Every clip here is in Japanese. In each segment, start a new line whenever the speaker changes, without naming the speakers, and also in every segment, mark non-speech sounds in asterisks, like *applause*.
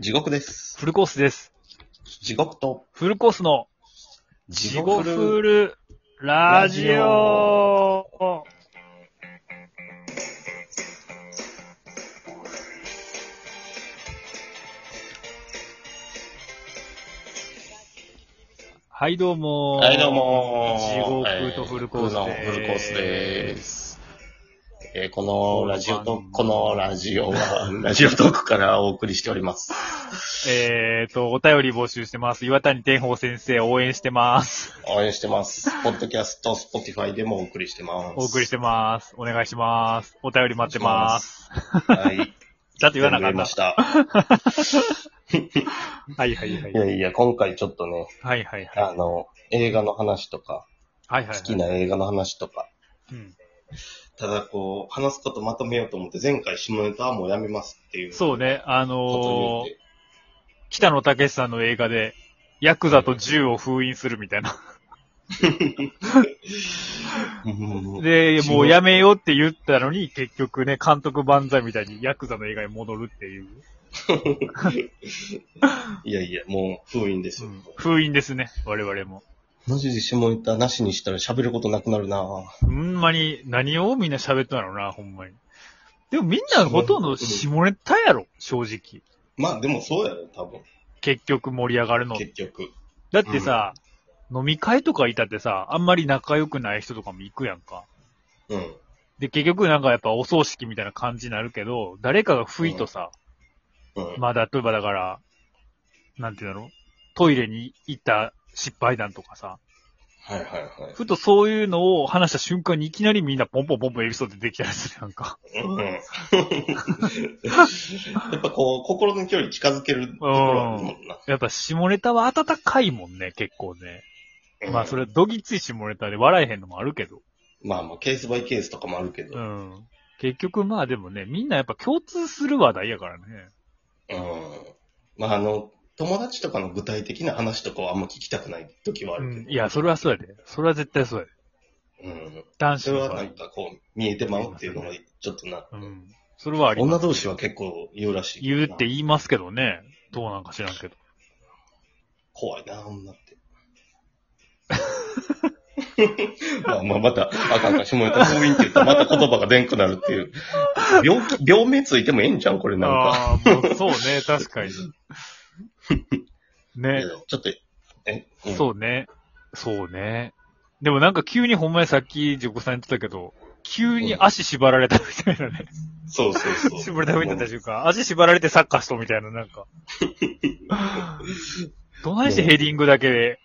地獄です。
フルコースです。
地獄と
フルコースの
地
地
獄
獄フルラジオはい、どうもー
はい、どうも
地獄とフルコースで
は
ーす
い僕のフルコースでーす。えーこのラジオトーク、このラジオは、 *laughs* ラジオトークからお送りしております。
えーと、お便り募集してます。岩谷天宝先生応援してます。
応援してます。ポッドキャスト、スポティファイでもお送りしてます。
お送りしてます。お願いします。お便り待ってます。
はい。
だ *laughs* って言わな
全部言い
かっ
ま
た
した。
はいはいはい
い。やいや、今回ちょっとね、
はいはいはい。
あの、映画の話とか、
はいはい、はい。
好きな映画の話とか、
うん
ただこう、話すことまとめようと思って、前回下ネタはもうやめますっていう
そうね、
こ
あ
と
の
言
ー
って、
北野武さんの映画で、ヤクザと銃を封印するみたいな。で、もうやめようって言ったのに、結局ね、監督万歳みたいにヤクザの映画に戻るっていう。
いやいや、もう封印ですよ。
封印ですね、我々も。
マジで下ネタなしにしたら喋ることなくなるなぁ。
ほんまに、何をみんな喋ったのな、ほんまに。でもみんなほとんど下ネタやろ、正直。
まあでもそうやろ、多分。
結局盛り上がるの。
結局。
だってさ、飲み会とかいたってさ、あんまり仲良くない人とかも行くやんか。
うん。
で、結局なんかやっぱお葬式みたいな感じになるけど、誰かが不意とさ、
うん。
まあ例えばだから、なんていうのトイレに行った失敗談とかさ、
はいはいはい。
ふとそういうのを話した瞬間にいきなりみんなポンポンポンポンエピソードできたりするやんか。
うん。やっぱこう、心の距離近づけるところはあるもんな。
やっぱ下ネタは温かいもんね、結構ね。
うん
まあそれはどぎつい下ネタで笑えへんのもあるけど。
まあまあ、ケースバイケースとかもあるけど。
う
うん。
ん。結局まあでもね、みんなやっぱ共通する話題やからね。
まああの、友達とかの具体的な話とかはあんま聞きたくない時はあ
う
るけど。
ん。いや、それはそうやで。それは絶対そうや
う
で。
ん。
男子
それ
のそう
はな
や
ん
で
かこう、見えてまうっていうのがちょっとな。
うん。それはあります
女同士は結構言うらしい。
言うって言いますけどね。どうなんか知らんけど。
怖いな、女って。 *laughs* まあまあ、また、あかんか、下ネタ封印って言った
*laughs*
らまた言葉が出んくなるっていう。病気、病名ついてもええんちゃうこれなんか。
ああ、もうそう
*laughs*
ね、確かに。ね、
ちょっと、え、うん
そうね。そうね。でもなんか急にほんまにさっきジョコさん言ってたけど、急に足縛られたみたいなね。
そうそうそう。
縛られたみたいな瞬間、足縛られてサッカーしとみたいな、なん
*laughs*
か。どないしてヘディングだけで、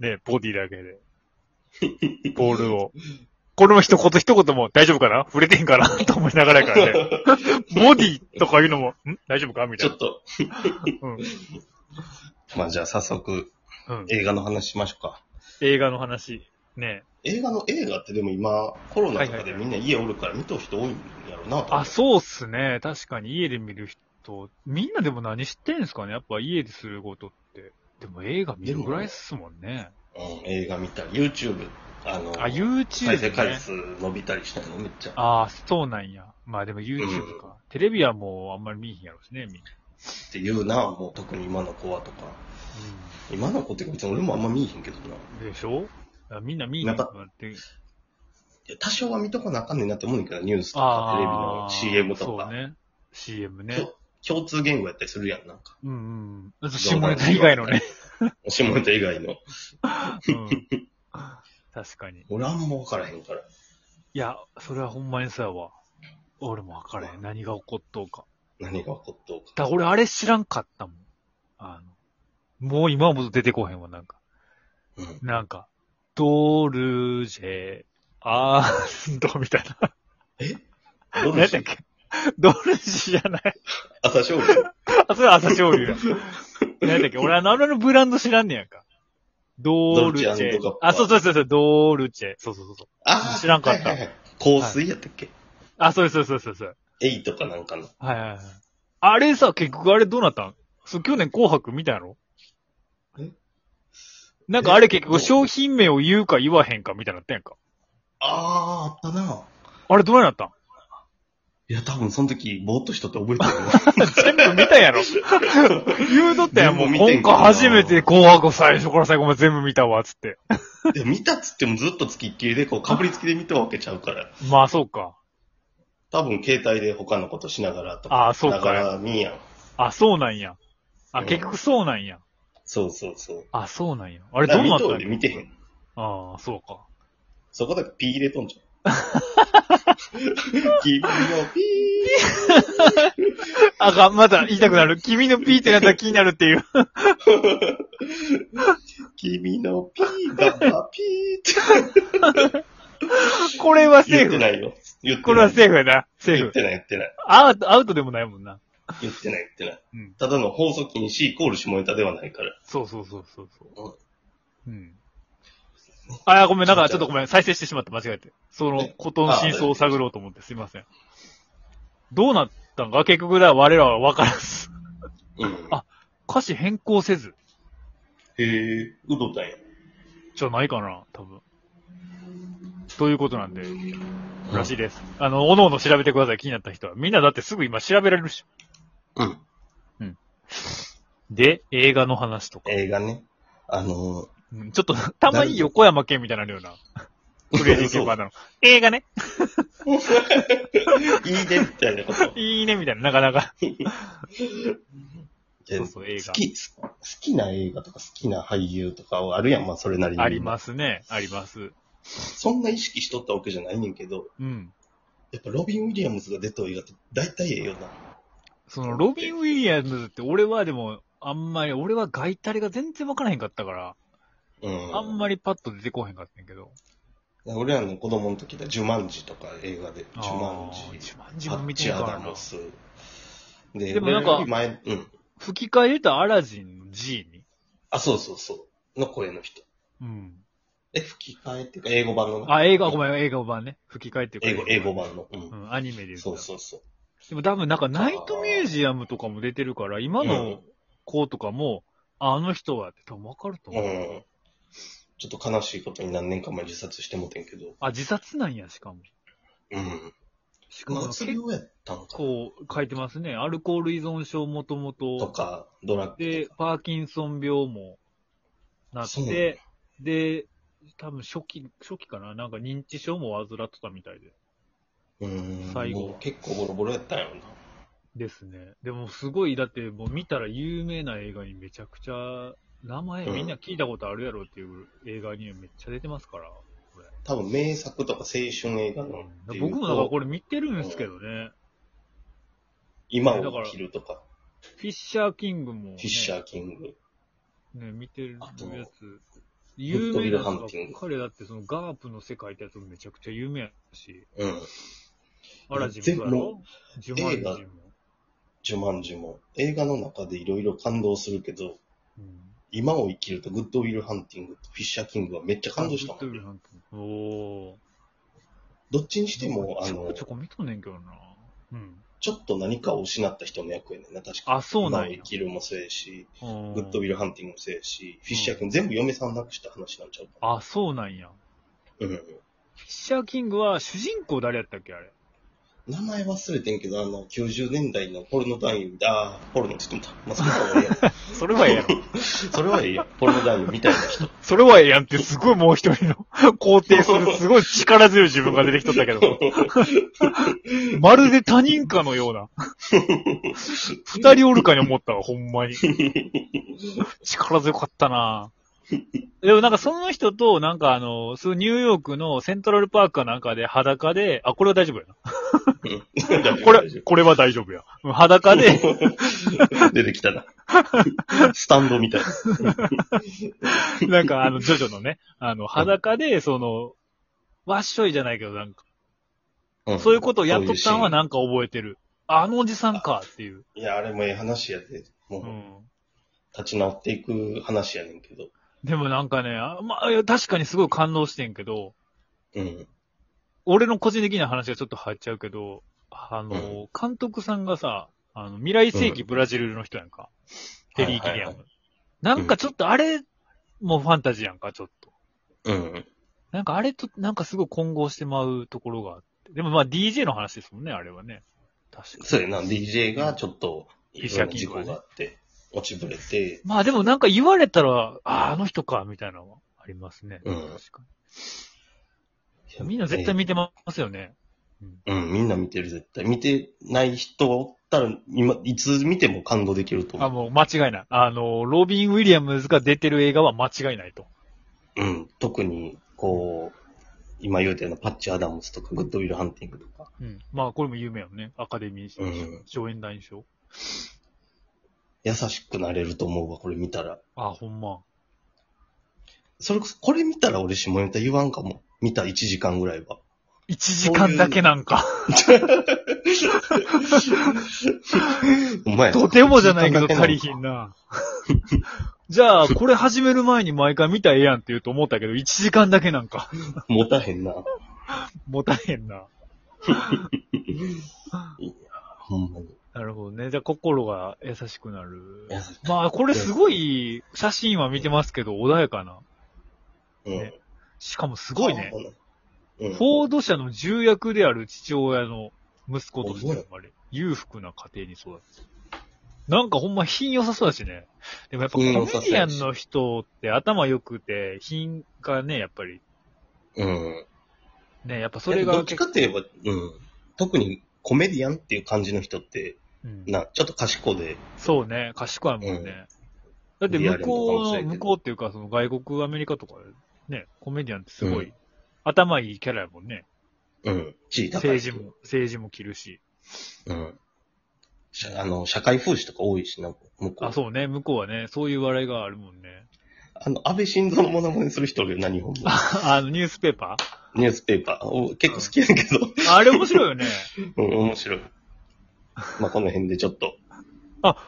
ね、ボディだけで、ボールを。これも一言一言も大丈夫かな触れてへんかなと思いながらやからね。ボディとかいうのも、ん大丈夫かみた
*laughs* ち
い
ょ
な
っ。と、
うん
まあじゃあ早速、
うん、
映画の話しましょうか。
映画の話。ね
映画の映画ってでも今、コロナとかでみんな家おるから見とる人多いんやろうなと思
あ、
って。
そうっすね。確かに家で見る人、みんなでも何してんすかねやっぱ家ですることって。でも映画見るぐらいっすもんね。
うん、映画見たり、YouTube、あの、
あ、YouTube
再生
ね。
回数伸びたりしたのめっちゃ。
ああ、そうなんや。まあでも YouTube か。テレビはもうあんまり見えへんやろうしね、みんな。
って言うな、もう特に今の子はとか。今の子っていうか別に俺もあんま見えへんけどな。い
うん、でしょあみんな見えへんくなって。
や多少は見とかなあかんねんなって思うんだけど、ニュースとかテレビ
あ
の
あ。
CM と
そ
か、
うね。CM
き
ね
ょ。共通言語やったりするやん、なんか。
うんうん。下ネタ以外のね。
*laughs* 下ネタ以外の。
うん。確かに。
俺あんま分からへんから。
いや、それはほんまにそうやわ。俺もわからへん。何が起こっとうか。
何が起こっとうか。
だから俺あれ知らんかったもん。あの、もう今はもう出てこへんわ、なんか。
うん。
なんか、ドルジェ、アールドみたいな。
ど
何や
れ
ったっけドルジェじゃない。
朝勝負。
あ、それは朝青 *laughs* 龍や。何やったっけ俺あの、あのブランド知らんねやんか。ドルチ
ドルチェ
ェ
ガッパ。
あ、そうそうそうそう、ドルチェ。そうそうそうそう。
あー
知らんかっ
は
た
いはいはい香水やったっけ、
あ、そうそうそうそうそう。
エイとかなんかの。
はいはいはい。あれさ、結局あれどうなったんそう、去年紅白見たやろ
え
なんかあれ結
えど
局
う
商品名を言うか言わへんかみたいなったやんか。
あー、あったな。
あれどうなったん
いや、多分その時、ぼーっとしとって覚えてる
全部見たん
*laughs*
やろ。言うとったやん、もう。
全部見て
今
んけどな
回初めて紅白最初から最後まで全部見たわ、つって。
で見たっつってもずっとつきっきりで、こう、かぶりつきで見たわけちゃうから。
まあ、そうか。
多分、携帯で他のことしながらとか。
ああ、そう
だか
か。
ら、見やん。
あ、そうなんや。あ、
うん
結局そうなんや。
そうそうそう。
あ、そうなんや。あ
あ
れどうなったんや
で見てへん。
ああ、そうか。
そこだけピー入れとんじ
*laughs*
ゃん。君のピ
あかん、また言いたくなる。君のピーってなったら気になるっていう。
ー、君のピーが、ピーって
これは
言
セー
って
フ。
ないよ。言ってない。
これは
ー
セーフやな。セー
言っ
フ。
てない、言ってない。
アウト、アウトでもないもんな。
言ってない、言ってない。
うん
ただの放送禁止イコール下ネタではないから。
そうそうそうそうそう。うん。あ、ごめん、なんかちょっとごめん、再生してしまって間違えて。そのことの真相を探ろうと思って、すいません。どうなったんか結局だ、我らは分からず。
うん。
あ歌詞変更せず。
へえ、うどたんや。
じゃないかな、多分。ということなんで、らしいです。あの、おのおの調べてください、気になった人は。みんなだってすぐ今調べられるし。
うん。
で、映画の話とか。
映画ね。あの
うんちょっと、たまに横山県みたいになるような。
ー、 *laughs*
クレイジーケンバーなの。映画ね。
いいね、みたいなこと。
いいね、みたいな、なかなか。
で
そうそう、映画
好。き、す好きな映画とか好きな俳優とかはあるやん、まあそれなりに。
ありますね。あります。
す。そんな意識しとったわけじゃないねんけど、
うん。
やっぱロビン・ウィリアムズが出た映画って大体ええよな。
その、ロビン・ウィリアムズって俺はでも、あんまり、俺はガイタリが全然わからへんかったから、
うん。
あんま
り。
りパッと出てこへんかったんやけど。
俺らの子供の時だ、ジュマンジとか映画で。ジュマン
あ
ジ。
ージュマンジ
ハ
も
ッ
見て
チ・
るか
ア
ら
ダ
な
ム。ス。で、
でもなんか
俺より前、うん。
吹き替え出たアラジンの G に。
あ、そうそうそう。の声の人。
うん。え
え、吹き替えっていうか、英語版のな
あ、映画、ごめん、映画版ね。吹き替えっていうか
英語、英語。版の。うん。
うん、アニメで言うと
そうそうそう。
でも多分なんか、ナイトミュージアムとかも出てるから、今の子とかも、ああの人はって多分わかると
う
思う。
ん。ちょっと悲しいことに何年か前自殺してもてんけど。
あ、自殺なんや、しかも。
うん。
しかも、
う
結
つ病やったのかな
構書いてますね。アルコール依存症もとも
と
と。
か、ドラッグ
で
とか。、
パーキンソン病もなっ
そうなん
て、で、多分初期、初期かななんか認知症も患ってたみたいで。
うん。
最
も
後
う結構ボロボロやったんやろな。
ですね。でもすごい、だってもう見たら有名な映画にめちゃくちゃ、名前
うん
みんな聞いたことあるやろっていう映画にめっちゃ出てますから。
多分名作とか青春映画のっていうと。
僕もなんかこれ見てるんですけどね。
今を生きるとか、
フィッシャーキングも、ね。
フィッシャーキング。
ね、見てるや
あと
つ。有名な
ハ
の
ンティング
が、彼だってそのガープの世界ってやつもめちゃくちゃ有名やし、
うん。
アラジンもだろジュマンジ
映
も
画、ジュマンジも。映画の中でいろいろ感動するけど、
うん、
今を生きるとグッドウィルハンティングとフィッシャーキングはめっちゃ感動したも
グッドウィル
ん。
ハンティングおー。
どっちにしても、あ
ちょこ
の
ちょ、こ見とんねんけどな。うん。
ちょっと何かを失った人の役やねんな、確か
あ、そうなん
今を
や
生。きるもそうやし、
うん
グッドウィルハンティングもそうやし、フィッシャーキング全部嫁さん亡くした話なんちゃうか
あ、そうなんや。
な。うん。
フィッシャーキングは主人公誰やったっけあれ。
名前忘れてんけど、あの、90年代のポルノ男優みたいな、あーポルノって言ってもた。まあ、それはええやん。
*laughs* それはええやろ。
それはええやん。ポルノ男優みたいな人。
それはええやんってすごいもう一人の *laughs* 肯定する、すごい力強い自分が出てきとったけ *laughs* ど、まるで他人かのような。二人おるかに思ったわ、ほんまに。力強かったなでもなんかその人と、なんかあの、そうニューヨークのセントラルパークかなんかで裸で、あ、これは大丈夫やな。 *laughs* これ、これは大丈夫や。うん裸で、
出てきたな。 *laughs* スタンドみたいな。
なんかあの、ジョジョのね、あの、裸で、その、わっしょいじゃないけど、なんか、
うん
そういうことをやっとったんは
そういうシーン
なんか覚えてる。ああのおじさんかっていう。
いや、あれもええ話やで。も
う
う、
ん。
立ち直っていく話やねんけど。
でもなんかね、あまあ、いや確かにすごい感動してんけど、
うん。
俺の個人的な話がちょっと入っちゃうけど、あの、監督さんがさ、あの、未来世紀ブラジルの人やんか。
うん
テリー・ギリア
はいはい
ム。なんかちょっとあれもファンタジーやんか、ちょっと。
うん。
なんかあれと、なんかすごい混合してまうところがあって。でもまあ DJ の話ですもんね、あれはね。確かに。
そうやな、DJ がちょっといろんな事故があって、落ちぶれて、
まあでもなんか言われたら、ああ、あの人か、みたいなのはありますね。
うん
確かに。みんな絶対見てますよね。
うん、みんな見てる、絶対。見てない人がおったら、今、いつ見ても感動できると
あ、
思う。
もう間違いない。あの、ロビン・ウィリアムズが出てる映画は間違いないと。
うん、特に、こう、今言うたようなパッチ・アダムスとか、グッドウィル・ハンティングとか。
うん。まあこれも有名よね。アカデミー賞、
うん
上演男賞。
優しくなれると思うわ、これ見たら。
あ、ほんま。
それこそ、これ見たら俺下ネタ言わんかも。見た1時間ぐらいは。
1時間だけなんか。
お前、
とてもじゃないけど
一時間
足
だ
りひんな。 *laughs* じゃあ、これ始める前に毎回見たらええやんって言うと思ったけど、1時間だけなんか。
持たへんな。
もたへんな。
ほんまに。
なるほどね。じゃあ、心が優しくなる。
優し
まあ、これすごい、写真は見てますけど、穏やかな。
い。うん
ね。しかもすごいね。
うん。
フォード社の重役である父親の息子として生まれ、裕福な家庭に育つ。なんかほんま品良さそうだしね。でもやっぱコメディアンの人って頭良くて、品がね、やっぱり、
うん。
ね、やっぱそ
そ
れ
れ
が
が。どっちかって言えば、うん。特にコメディアンっていう感じの人って、
うん
な、ちょっと賢いで、
そうね、賢いもんね。だって
リア
向
ルな顔
こ
し
う
て
の、
て
向こうっていうか、その外国、アメリカとか、ね、コメディアンってすごい、頭いいキャラやもんね。
うん。地位高い。
政治も、政治も着るし。
うん。しゃあの、社会風刺とか多いしな、向こう。
あ、そうね、向こうはね、そういう笑いがあるもんね。 *laughs*
あの、安倍晋三のモノマネする人が何本も。
あの、ニュースペーパ
ニュースペーパーお。結
*laughs*
構好きやけど、 *laughs*
ーあれ面白いよね。
うん、面白い。まあ、この辺でちょっと、